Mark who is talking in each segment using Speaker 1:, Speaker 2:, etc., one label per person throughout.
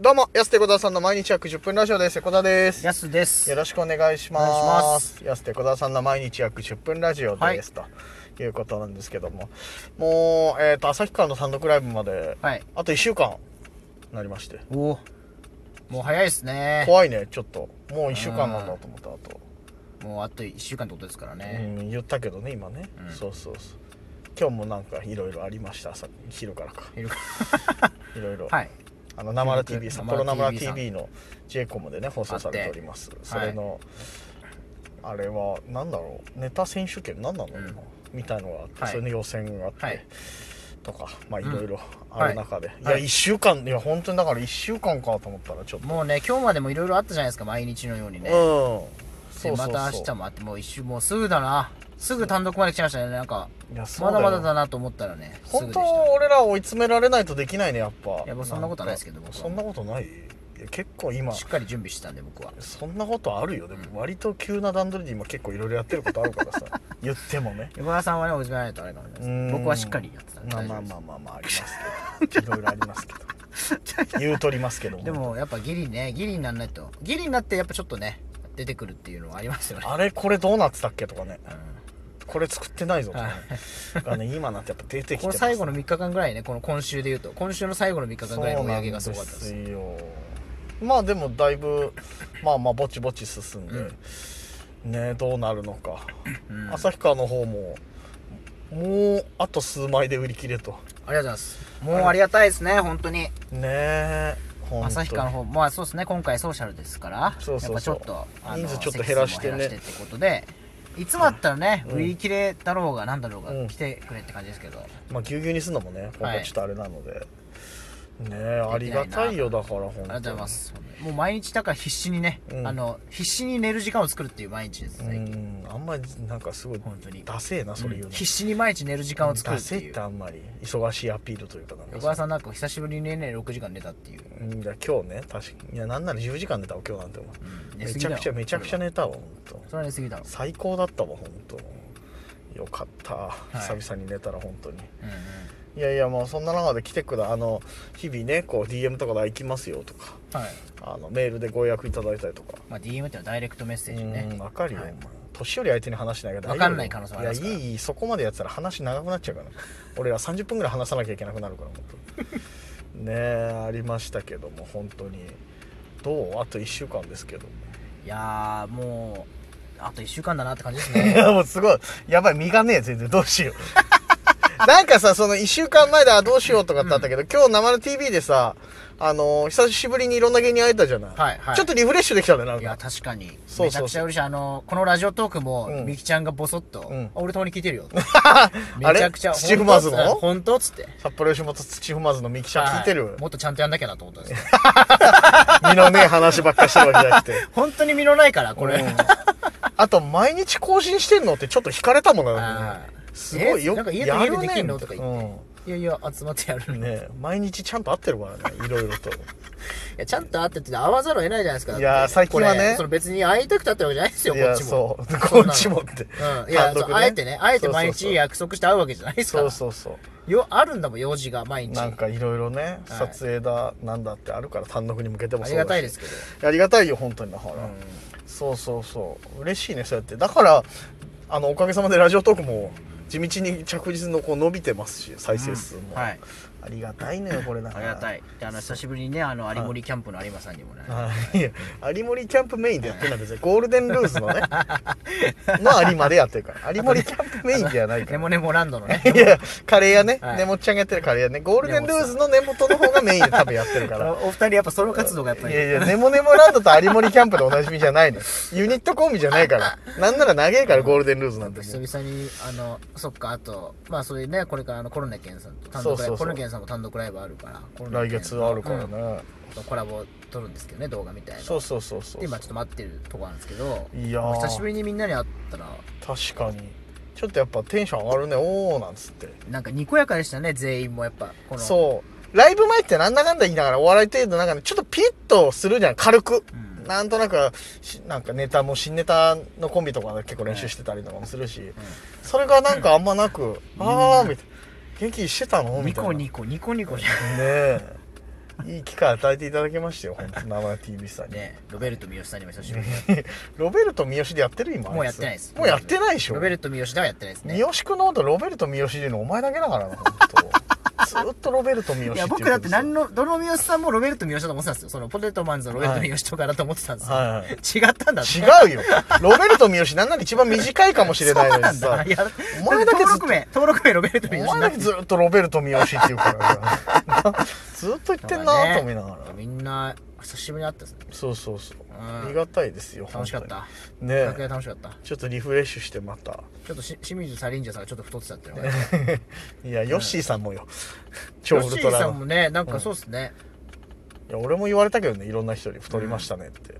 Speaker 1: どうも、安手小田さんの毎日約10分ラジオです。小田です。
Speaker 2: やすです
Speaker 1: よろしくお願いし
Speaker 2: お願いし
Speaker 1: ま。
Speaker 2: ます
Speaker 1: 安手小田さんの毎日約10分ラジオです。ということなんですけども、もう、えっ、と、旭川の単独ライブまで、
Speaker 2: はい
Speaker 1: あと1週間になりまして、
Speaker 2: おおもう早いですね
Speaker 1: 怖いね、ちょっと。もう1週間なんだと思った、あと。
Speaker 2: もうあと1週間ってことですからね、
Speaker 1: うん、言ったけどね、今ね。
Speaker 2: うん
Speaker 1: そうそうそう。今日もなんかいろいろありました、朝、昼からか。
Speaker 2: いるか
Speaker 1: いろいろ。
Speaker 2: はい
Speaker 1: あの生ラ TV 札幌生
Speaker 2: 生
Speaker 1: ラ
Speaker 2: ラ
Speaker 1: TV の J コムでね放送されておりますそれの、あれは何だろうネタ選手権何なの、
Speaker 2: うん
Speaker 1: みたいのがあって、
Speaker 2: はい
Speaker 1: それの予選があって、
Speaker 2: はい
Speaker 1: とかまあい
Speaker 2: ん
Speaker 1: ろいろある中で、い、
Speaker 2: は
Speaker 1: や
Speaker 2: い
Speaker 1: 1週間いや本当にだから1週間かと思ったらちょっと、
Speaker 2: もうね今日までもいろいろあったじゃないですか毎日のようにね、
Speaker 1: うんそう
Speaker 2: で
Speaker 1: そうそう
Speaker 2: また明日もあってもう一週もうすぐだなすぐ単独まで来ちゃいましたねなんか
Speaker 1: いやそう
Speaker 2: ま
Speaker 1: だ
Speaker 2: だ
Speaker 1: よ
Speaker 2: まだだなと思ったらねすぐ
Speaker 1: 本
Speaker 2: でし
Speaker 1: 当
Speaker 2: たね
Speaker 1: 俺ら追い詰められないとできないねやっぱ
Speaker 2: いやもうそんなことはないですけど
Speaker 1: んか
Speaker 2: 僕は
Speaker 1: そんなことないいや結構今
Speaker 2: しっかり準備してたんで僕は
Speaker 1: そんなことあるよでも割と急な段取りで今結構いろいろやってることある からさ言ってもね
Speaker 2: 横田さんはね追い詰められないとあれかもしれ
Speaker 1: う
Speaker 2: ないで
Speaker 1: ん
Speaker 2: す僕はしっかりやってたんで
Speaker 1: まあ
Speaker 2: 大丈
Speaker 1: まあ
Speaker 2: 夫です
Speaker 1: まあまあまあありますけどいろいろありますけ ど言うとりますけども
Speaker 2: でもやっぱギリねギリにならないとギリになってやっぱちょっとね出てくるっていうのはありますよね、
Speaker 1: あれこれどうなってたっけとかね
Speaker 2: うん
Speaker 1: これ作ってないぞとか
Speaker 2: は
Speaker 1: ねがね今なってやっぱ出てきて
Speaker 2: この最後の3日間ぐらいねこの今週でいうと今週の最後の3日間ぐらいの売り上げがすごかったです
Speaker 1: そうなんですよまあでもだいぶまあまあぼちぼち進んで、ねどうなるのか
Speaker 2: うんあ
Speaker 1: 旭川の方ももうあと数枚で売り切れと
Speaker 2: りがとうございますもうありがたいですね本当に
Speaker 1: ねえほんとに
Speaker 2: 旭川の方まあそうですね今回ソーシャルですから
Speaker 1: そうそうそう
Speaker 2: やっぱちょっとあの
Speaker 1: 人数ちょっと減らしてね
Speaker 2: 席数も減らしてってことでいつもあったらね、
Speaker 1: うん
Speaker 2: 売り切れだろうがなんだろうが、
Speaker 1: うん
Speaker 2: 来てくれって感じですけど
Speaker 1: まあぎゅうぎゅうにすんのもね今回ちょっとあれなので、ねえありがたいよだから本当
Speaker 2: あり
Speaker 1: に
Speaker 2: がとうございますもう毎日だから必死にね、
Speaker 1: うん
Speaker 2: あの必死に寝る時間を作るっていう毎日です
Speaker 1: う
Speaker 2: ね、
Speaker 1: んあんまりなんかすごい
Speaker 2: 本当に
Speaker 1: ダセえなそれ言うの、
Speaker 2: 必死に毎日寝る時間を作る
Speaker 1: ダ
Speaker 2: って
Speaker 1: セえ
Speaker 2: い
Speaker 1: っ
Speaker 2: う
Speaker 1: てあんまり忙しいアピールというかなんか
Speaker 2: 横田さんなんか久しぶりにね6時間寝たってい
Speaker 1: う
Speaker 2: う、
Speaker 1: んいや今日ね確かいやなんなら10時間寝たわ今日なんてもう
Speaker 2: うん寝
Speaker 1: め
Speaker 2: す
Speaker 1: ち
Speaker 2: ぎだ
Speaker 1: ゃ
Speaker 2: よ
Speaker 1: くちゃめちゃくちゃ寝たわ本当
Speaker 2: それは寝すぎだろ、
Speaker 1: 最高だったわ本当よかった、
Speaker 2: い
Speaker 1: 久々に寝たら本当に
Speaker 2: うんうん、
Speaker 1: いやいやもうそんな中で来てくだあの日々ねこう DM とかで行きますよとか
Speaker 2: はい、
Speaker 1: あのメールでご予約いただいたりとか
Speaker 2: まあ、DM ってのはダイレクトメッセージ
Speaker 1: う
Speaker 2: ね
Speaker 1: んわかるよ、
Speaker 2: はい
Speaker 1: お前年寄り相手に話しないから
Speaker 2: わかんない可能性もあります
Speaker 1: い
Speaker 2: から
Speaker 1: やいいそこまでやってたら話長くなっちゃうから俺ら30分ぐらい話さなきゃいけなくなるから本 当ねえありましたけども本当にどうあと1週間ですけど
Speaker 2: いやーもうあと1週間だなって感じです
Speaker 1: い
Speaker 2: ね
Speaker 1: やもうすごいやばい身がねえ全然どうしよう なんかさその1週間前だどうしようとかってあったけど、今日生の TV でさあの久しぶりにいろんな芸人会えたじゃない、
Speaker 2: はいはい
Speaker 1: ちょっとリフレッシュできたねなん
Speaker 2: いや
Speaker 1: か
Speaker 2: 確かに
Speaker 1: そうそうそう
Speaker 2: めちゃくちゃ嬉しいあのこのラジオトークも、
Speaker 1: うん
Speaker 2: みきちゃんがボソッと「
Speaker 1: うん
Speaker 2: あ俺ともに聞いてるよ」
Speaker 1: あ
Speaker 2: め
Speaker 1: れ
Speaker 2: ちゃくちゃ
Speaker 1: 土踏まずの
Speaker 2: 本当っつって
Speaker 1: 札幌吉本土踏まずのミキちゃん聞いてる、
Speaker 2: はもっとちゃんとやんなきゃなと思ったんですけど
Speaker 1: 身のねえ話ばっかりしてるわけじゃなくて。
Speaker 2: 本当に身のないから これ、
Speaker 1: うんあと、毎日更新してんのってちょっと惹かれたもんな、
Speaker 2: あー
Speaker 1: すごいよ
Speaker 2: えなん
Speaker 1: く
Speaker 2: か家
Speaker 1: や
Speaker 2: と家
Speaker 1: る
Speaker 2: で
Speaker 1: ね
Speaker 2: できんのとか言っ
Speaker 1: うん
Speaker 2: いやいや集まってやるのに、
Speaker 1: ねえ毎日ちゃんと会ってるからね、いろい ろと。
Speaker 2: いやちゃんと会ってって会わざるを得ないじゃないですかだって
Speaker 1: いやー最近はね
Speaker 2: これその別に会いたくたってわけじゃないですよ
Speaker 1: い
Speaker 2: こっ
Speaker 1: や、
Speaker 2: ちも
Speaker 1: そう。
Speaker 2: そ
Speaker 1: こ
Speaker 2: んなの
Speaker 1: っちもって。
Speaker 2: うん、いや、
Speaker 1: 単独
Speaker 2: そう
Speaker 1: ね
Speaker 2: あえてね、あえて毎
Speaker 1: そうそうそう
Speaker 2: 日約束して会うわけじゃないですか
Speaker 1: そ
Speaker 2: ら。
Speaker 1: うそうそう。
Speaker 2: よあるんだもん、用事が毎日。
Speaker 1: なんかいろいろね、
Speaker 2: はい
Speaker 1: 撮影だ、なんだってあるから、単独に向けても
Speaker 2: あ
Speaker 1: そうだし
Speaker 2: りがたいですけど。
Speaker 1: ありがたいよ、本当にだから。そうそうそう。嬉しいね、そうやって。だから、あの、おかげさまでラジオトークも、地道に着実のこう伸びてますし、再生数も。
Speaker 2: はい。
Speaker 1: ありがたいのよ、これだか
Speaker 2: あ
Speaker 1: ら。
Speaker 2: りがたい。であの、久しぶりにね、あの、有森キャンプの有馬さんにもね。
Speaker 1: はいや、有森キャンプメインでやってるのは別にゴールデンルーズのね の有馬でやってるから有森キャンプメインではないか
Speaker 2: レ
Speaker 1: ら
Speaker 2: モネモランドのね。
Speaker 1: いやカレー屋ね、
Speaker 2: はい
Speaker 1: 根元ちゃんがやってるカレー屋ねゴールデンルーズの根元の方がメインで多分やってるか
Speaker 2: あ
Speaker 1: ら
Speaker 2: のお二人やっぱソロ活動がやっぱ
Speaker 1: い
Speaker 2: り。
Speaker 1: やいやネモネモランドと有森キャンプでおなじみじゃないのユニットコンビじゃないからなんなら長えからゴールデンルーズなんてもう
Speaker 2: 久々に、あの、そっか、あと、まあ、それね、これからあのコロネケンさんと単独
Speaker 1: そう
Speaker 2: ライ
Speaker 1: そうそう
Speaker 2: ブ、コロネケンさんも単独ライブあるから、コロネ
Speaker 1: 来
Speaker 2: ケン
Speaker 1: 月あるからね、
Speaker 2: うんとコラボ撮るんですけどね、動画みたいな。
Speaker 1: そうそうそうそう
Speaker 2: で今ちょっと待ってるとこなんですけど、
Speaker 1: いやー
Speaker 2: 久しぶりにみんなに会ったら、
Speaker 1: 確かにちょっとやっぱテンション上がるねおおなんつって
Speaker 2: なんかにこやかでしたね、全員もやっぱ。この
Speaker 1: そう。ライブ前ってなんだかんだ言いながら、お笑い程度なんかね、ちょっとピリッとするじゃん、軽く。
Speaker 2: うん
Speaker 1: なんとなく、しなんかネタも新ネタのコンビとかで結構練習してたりとかもするし、それがなんかあんまなく、あーみたいな。元気してたのみ
Speaker 2: ニ
Speaker 1: たいな。
Speaker 2: コニコニコニコじゃ
Speaker 1: ね
Speaker 2: ん
Speaker 1: え。いい機会与えていただきま したよ本当生 TV さんに、
Speaker 2: ねロベルト三好さんにも久しぶりに
Speaker 1: ロベルト三好でやってる今あいつ
Speaker 2: もうやってないです
Speaker 1: もうやってないでしょ
Speaker 2: ロベルト三好ではやってないです
Speaker 1: 三
Speaker 2: ね
Speaker 1: 好君のことロベルト三好で言うのお前だけだからな本当ずっとロベルト三好
Speaker 2: い
Speaker 1: って
Speaker 2: や
Speaker 1: 言
Speaker 2: 僕だ
Speaker 1: る
Speaker 2: って
Speaker 1: んですよ
Speaker 2: 何のどの三好さんもロベルト三好だと思ってたんですよそのポテトマンズのロベルト三好とかだと思ってたんですよ、
Speaker 1: はいはい
Speaker 2: 違ったんだって
Speaker 1: 違うよロベルト三好なんなら一番短いかもしれないのに
Speaker 2: そうなん
Speaker 1: さ
Speaker 2: だいや
Speaker 1: お前だけずっと
Speaker 2: 登録名登録名ロベルト三
Speaker 1: お
Speaker 2: 好
Speaker 1: 前だけずっとロベルト三好って言うからさ ずっと言ってんなと思いながら、
Speaker 2: みんな久しぶりに会ったっすね
Speaker 1: そうそうそう、
Speaker 2: うん
Speaker 1: ありがたいですよ
Speaker 2: 楽しかっ
Speaker 1: 本
Speaker 2: た
Speaker 1: 当にね
Speaker 2: 楽屋楽しかった
Speaker 1: ちょっとリフレッシュしてまた
Speaker 2: ちょっとし清水サリンジャーさんがちょっと太ってたっていうのがね
Speaker 1: いやヨッシーさんもよ 超
Speaker 2: ヨ
Speaker 1: ウ
Speaker 2: ッ
Speaker 1: ル
Speaker 2: シ
Speaker 1: ト
Speaker 2: ー
Speaker 1: ラ
Speaker 2: さん
Speaker 1: の
Speaker 2: もねなんかそうっすね、
Speaker 1: いや俺も言われたけどねいろんな人に太りましたねって、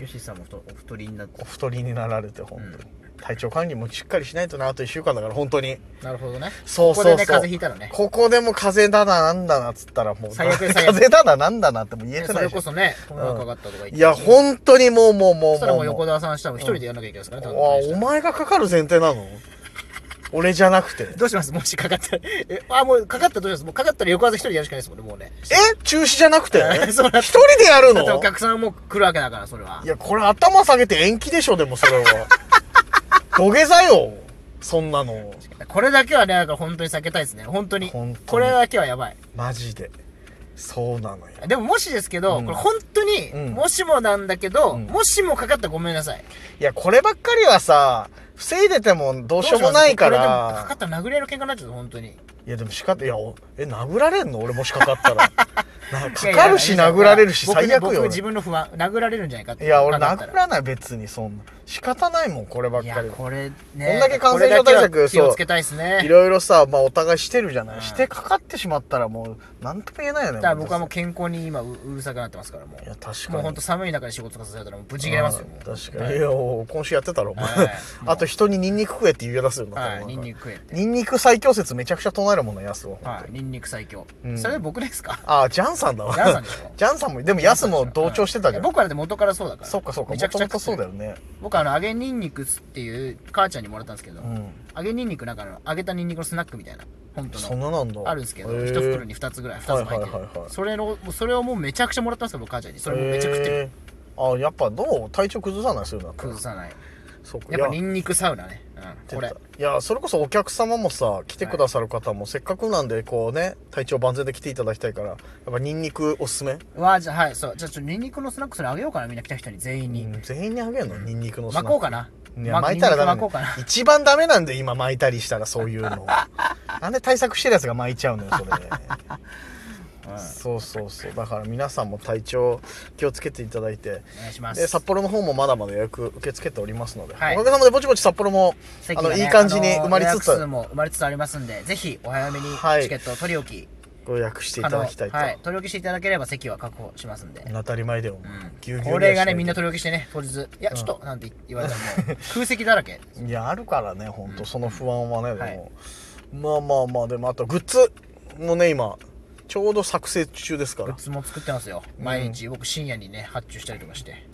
Speaker 2: ヨッシーさんも太お太りになって
Speaker 1: お太りになられて本当に、体調管理もしっかりしないとなあと1週間だから本当に
Speaker 2: なるほどね
Speaker 1: そうそうそう
Speaker 2: ここでね風邪ひいたらね
Speaker 1: ここでも風邪だななんだなっつったらもう
Speaker 2: 最悪です
Speaker 1: 風邪だななんだなってもう言えて
Speaker 2: ねそ
Speaker 1: ない
Speaker 2: れ
Speaker 1: じゃ
Speaker 2: こ
Speaker 1: ん
Speaker 2: そね本がかかったとか言って
Speaker 1: いや本当にもうもうも
Speaker 2: そうしたら
Speaker 1: もう
Speaker 2: もう
Speaker 1: もう
Speaker 2: 横田さんしたらもう一人でやらなきゃいけないですからね、
Speaker 1: あ
Speaker 2: 多分
Speaker 1: お前がかかる前提なの俺じゃなくて
Speaker 2: どうしますもしかかったらえあもうかかったらどうしますもうかかったら横田さん一人でやるしかないですもんねもうね
Speaker 1: え中止じゃなくて
Speaker 2: そうなった
Speaker 1: 一人でやる
Speaker 2: だって
Speaker 1: の
Speaker 2: お客さんも来るわけだからそれはい
Speaker 1: やこれ頭下げて延期でしょでもそれ は土下座よそんなの
Speaker 2: これだけはねだから本当に避けたいですね本当に
Speaker 1: 本当に
Speaker 2: これだけはやばい
Speaker 1: マジでそうなのよ
Speaker 2: でももしですけど、
Speaker 1: うん
Speaker 2: これ本当に、
Speaker 1: うん
Speaker 2: もしもなんだけど、
Speaker 1: うん
Speaker 2: もしもかかったらごめんなさい
Speaker 1: いやこればっかりはさ防いでてもど
Speaker 2: ど
Speaker 1: うしようもないか
Speaker 2: うしますこれでもかからったら殴り合いの喧嘩になっちゃうぞ本当に
Speaker 1: いやでもしかっていやおえ殴られんの俺もしかか ったらなかかるし
Speaker 2: いやいや
Speaker 1: 殴られるし
Speaker 2: 僕ね
Speaker 1: 最悪
Speaker 2: 僕
Speaker 1: よ
Speaker 2: 自分の不安殴られるんじゃないかって
Speaker 1: いや俺
Speaker 2: かかった
Speaker 1: 殴らない別にそんな仕方ないもんこればっ
Speaker 2: い
Speaker 1: か
Speaker 2: や
Speaker 1: りは
Speaker 2: これね
Speaker 1: こんだけ感染症対策
Speaker 2: これだけは気
Speaker 1: そう
Speaker 2: をつけたいです
Speaker 1: い
Speaker 2: ね
Speaker 1: ろいろさまあお互いしてるじゃない、
Speaker 2: うん
Speaker 1: してかかってしまったらもうなんとも言えないよね
Speaker 2: だから僕はもう健康に今ううるさくなってますからもう
Speaker 1: いや確かに
Speaker 2: もう本当寒い中で仕事がされたらもうぶち切れますよもう
Speaker 1: あー確かに、い、やお今週やってたろお前、
Speaker 2: はい
Speaker 1: あと人にニンニク食えって言い出すよな、
Speaker 2: はい
Speaker 1: 多分
Speaker 2: ニンニク食えって
Speaker 1: ニンニク最強説めちゃくちゃ唱えるもんなやすは、本当
Speaker 2: はいニンニク最強
Speaker 1: うん
Speaker 2: それ僕で すか
Speaker 1: ああジャンさんだわ
Speaker 2: ジャンさんでしょ
Speaker 1: ジャンさんもでもヤスも同調してたじゃん、
Speaker 2: 僕はだって元からそうだから
Speaker 1: そっかそっか
Speaker 2: め
Speaker 1: も
Speaker 2: ちゃく
Speaker 1: と
Speaker 2: ちゃ
Speaker 1: もとそうだよね
Speaker 2: 僕あの揚げニンニクっていう母ちゃんにもらったんですけど
Speaker 1: うん
Speaker 2: 揚げニンニクなんかの揚げたニンニクのスナックみたいな本当の
Speaker 1: そんななんだ
Speaker 2: あるんですけど、
Speaker 1: へー
Speaker 2: 一袋に二つぐらい、二つ巻いて
Speaker 1: はいはいはいはい
Speaker 2: る。それの、それをもうめちゃくちゃもらったんですよ、僕母ちゃんに。それもめちゃくちゃ
Speaker 1: へーあやっぱどう体調崩さないそういうのだったら
Speaker 2: 崩さない。
Speaker 1: そうか
Speaker 2: やっぱ
Speaker 1: い
Speaker 2: ニンニクサウナね。うん、これ
Speaker 1: 出。たいやそれこそお客様もさ来てくださる方もせっかくなんでこうね体調万全で来ていただきたいからやっぱニンニクおすすめ、
Speaker 2: わじゃあはい、そう。じゃあちょっとニンニクのスナックそれあげようかな、みんな来た人に全員に。
Speaker 1: うん全員にあげるのニンニクの
Speaker 2: 巻こうかな。
Speaker 1: いや
Speaker 2: ま
Speaker 1: 巻いたら
Speaker 2: ニンニ
Speaker 1: ダ
Speaker 2: ク巻
Speaker 1: メ
Speaker 2: こうかな。
Speaker 1: 一番ダメなんで今巻いたりしたらそういう のなんで対策してるやつが巻いちゃうのよそれそうそうそうだから皆さんも体調気をつけていただいて
Speaker 2: お願いしま。
Speaker 1: です札幌の方もまだまだ予約受け付けておりますので、
Speaker 2: はい
Speaker 1: おかげさまでぼちぼち札幌も、
Speaker 2: 席
Speaker 1: あ
Speaker 2: が
Speaker 1: の
Speaker 2: ね
Speaker 1: いい感じに埋まりつつ
Speaker 2: あの予約数も埋まりつつありますんで、ぜひお早めに
Speaker 1: はい
Speaker 2: チケットを取り置き、
Speaker 1: ご予約してい
Speaker 2: あ
Speaker 1: た
Speaker 2: の
Speaker 1: だきたいと、
Speaker 2: はい、取り置きしていただければ席は確保しますんで。
Speaker 1: 当たり前でも、ぎゅうぎゅうにはしない
Speaker 2: これがね、みんな取り置きしてね、当日。いや、ちょっと、なんて言われたら もう、空席だらけ。
Speaker 1: いやあるからね本当その不安はね、
Speaker 2: はい
Speaker 1: でもまあまあまあでもあとグッズもね今ちょうど作成中ですか
Speaker 2: グ
Speaker 1: ら
Speaker 2: ッズも作ってますよ毎日僕深夜にね発注したりとかして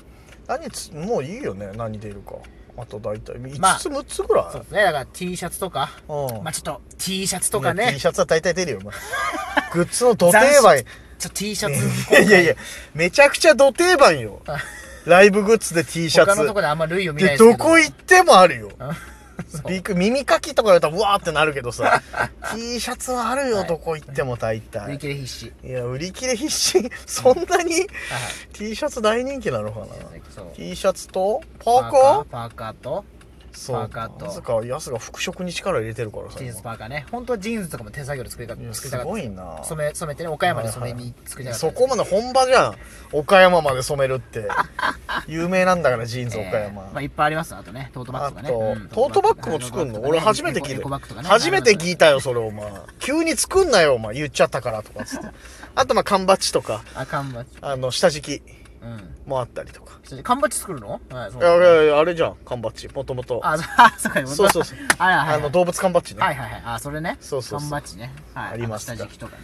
Speaker 1: 何つもういいよね何出るかあと大体
Speaker 2: まあ
Speaker 1: 5つ6つぐらい、
Speaker 2: そうですねだから T シャツとか
Speaker 1: うん
Speaker 2: まあちょっと T シャツとか
Speaker 1: いや
Speaker 2: ね
Speaker 1: T シャツは大体出るよ、お 前グッズのど定番い
Speaker 2: ちょっと T シャツ
Speaker 1: やいやいやめちゃくちゃど定番よライブグッズで T シャ
Speaker 2: 他のとこ
Speaker 1: ツ
Speaker 2: であんま類を見な
Speaker 1: で
Speaker 2: いですけど
Speaker 1: どこ行ってもあるよ
Speaker 2: そう
Speaker 1: びっくり耳かきとか言われたらうわーってなるけど さ T シャツはあるよ、
Speaker 2: はい
Speaker 1: どこ行っても大体
Speaker 2: 売り切れ必至はい
Speaker 1: や売り切れ必至そんなに
Speaker 2: いはい
Speaker 1: T シャツ大人気なのかな
Speaker 2: そう
Speaker 1: T シャツとパーカー
Speaker 2: パーカーと
Speaker 1: そう
Speaker 2: パーカーと
Speaker 1: なぜかヤスが服飾に力入れてるからさ
Speaker 2: T シャツ
Speaker 1: 今
Speaker 2: パーカーね本当はジーンズとかも手作業で作りた
Speaker 1: いや
Speaker 2: 作り
Speaker 1: す
Speaker 2: たかっ
Speaker 1: ごいな
Speaker 2: た染め染めてね岡山で染めに作りたかった
Speaker 1: そこまで本場じゃん岡山まで染めるって 有名なんだからジーンズ
Speaker 2: えー
Speaker 1: 岡山、
Speaker 2: まあいっぱいありますあとねトートバッグ
Speaker 1: あ
Speaker 2: と
Speaker 1: と
Speaker 2: か、ねうん
Speaker 1: トートバッグも作んの、
Speaker 2: はい
Speaker 1: 俺初めて聞
Speaker 2: エ
Speaker 1: い
Speaker 2: コバッグと
Speaker 1: た、
Speaker 2: かね
Speaker 1: 初めて聞いたよそれお前急に作んなよお前言っちゃったからとかっつってあとまあ缶バッジとか
Speaker 2: あ缶バッジ
Speaker 1: あの下敷き
Speaker 2: うん
Speaker 1: もあったりとか
Speaker 2: それ缶バッジ作るのはいそう
Speaker 1: いやいやいやあれじゃん缶バッジもともと
Speaker 2: あ、そうそうか、
Speaker 1: そうそうそう
Speaker 2: あら、はい、
Speaker 1: あ
Speaker 2: は
Speaker 1: の
Speaker 2: い。
Speaker 1: 動物缶バッジね、
Speaker 2: はいはいはい。あ、それね。
Speaker 1: そうそうそう
Speaker 2: 缶バッジね。はい。
Speaker 1: あります
Speaker 2: の下敷きとかね。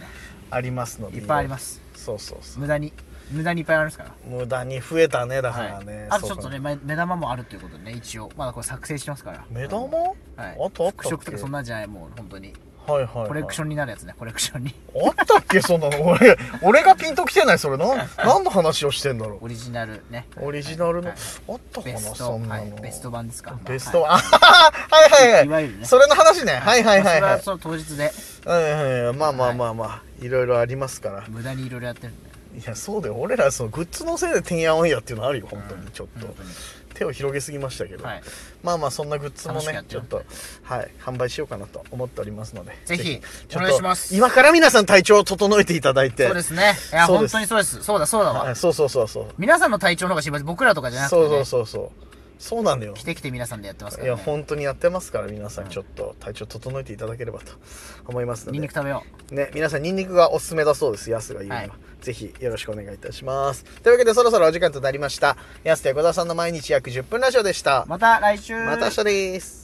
Speaker 1: ありますので
Speaker 2: いっぱいあります。
Speaker 1: そうそうそう
Speaker 2: 無駄に、無駄にいっぱいありますから。
Speaker 1: 無駄に増えたねだか
Speaker 2: は
Speaker 1: ら
Speaker 2: い
Speaker 1: ね、。
Speaker 2: あとちょっとね、
Speaker 1: そう
Speaker 2: ま目玉もあるっていうことでね、一応。まだこれ作成してますから。
Speaker 1: 目玉、
Speaker 2: はい。
Speaker 1: あとあったっけ
Speaker 2: 服飾とかそんなんじゃない、もう本当に。
Speaker 1: はいはい、はい、
Speaker 2: コレクションになるやつねコレクショ ンに
Speaker 1: あったっけそんなの 俺俺がピンときてないそれな何の話をしてんだろ
Speaker 2: オリジナルね
Speaker 1: うオリジナルの、
Speaker 2: はい
Speaker 1: あったか
Speaker 2: ベ
Speaker 1: なそ
Speaker 2: スト、
Speaker 1: んな
Speaker 2: は
Speaker 1: の、
Speaker 2: い、ベスト版ですか
Speaker 1: ベスト
Speaker 2: ま
Speaker 1: は、あはははいはい
Speaker 2: い
Speaker 1: は
Speaker 2: わ
Speaker 1: い
Speaker 2: ゆるね
Speaker 1: それの話ねはいは
Speaker 2: あ
Speaker 1: いはい
Speaker 2: それ
Speaker 1: はい
Speaker 2: はその当日で
Speaker 1: はいはいまあまあまあまあ、い、ろいろありますから
Speaker 2: 無駄にいろいろやってるんだよ
Speaker 1: いやそうだよ俺らそのグッズのせいでてんやわんやっていうのあるよ本当にちょっと、
Speaker 2: 本当に
Speaker 1: 手を広げすぎましたけど、
Speaker 2: はい
Speaker 1: まあまあそんなグッズも
Speaker 2: 楽しく
Speaker 1: ね
Speaker 2: やって
Speaker 1: ちょ
Speaker 2: よ
Speaker 1: っとはい販売しようかなと思っておりますので
Speaker 2: ぜひ
Speaker 1: ちょっと
Speaker 2: お願いします
Speaker 1: 今から皆さん体調を整えていただいて
Speaker 2: そうですねいや
Speaker 1: そうで
Speaker 2: 本
Speaker 1: す
Speaker 2: 当にそうですそうだそうだ
Speaker 1: は
Speaker 2: わ
Speaker 1: いそうそうそうそう
Speaker 2: 皆さんの体調の方が心配です僕らとかじゃなくて、
Speaker 1: そ
Speaker 2: ね、
Speaker 1: うそうそうそうそうなんだよ
Speaker 2: 来て来て皆さんでやってますか
Speaker 1: い
Speaker 2: ら、
Speaker 1: や
Speaker 2: ね、
Speaker 1: 本当にやってますから皆さん
Speaker 2: うん
Speaker 1: ちょっと体調整えていただければと思いますの
Speaker 2: ニンニ
Speaker 1: で
Speaker 2: ク食べよ
Speaker 1: ね皆さんニンニクがおすすめだそうですヤスが言うには、
Speaker 2: はい
Speaker 1: ぜひよろしくお願いいたしますというわけでそろそろお時間となりましたヤスと横澤さんの毎日約10分ラジオでした
Speaker 2: うまた来週
Speaker 1: また明日です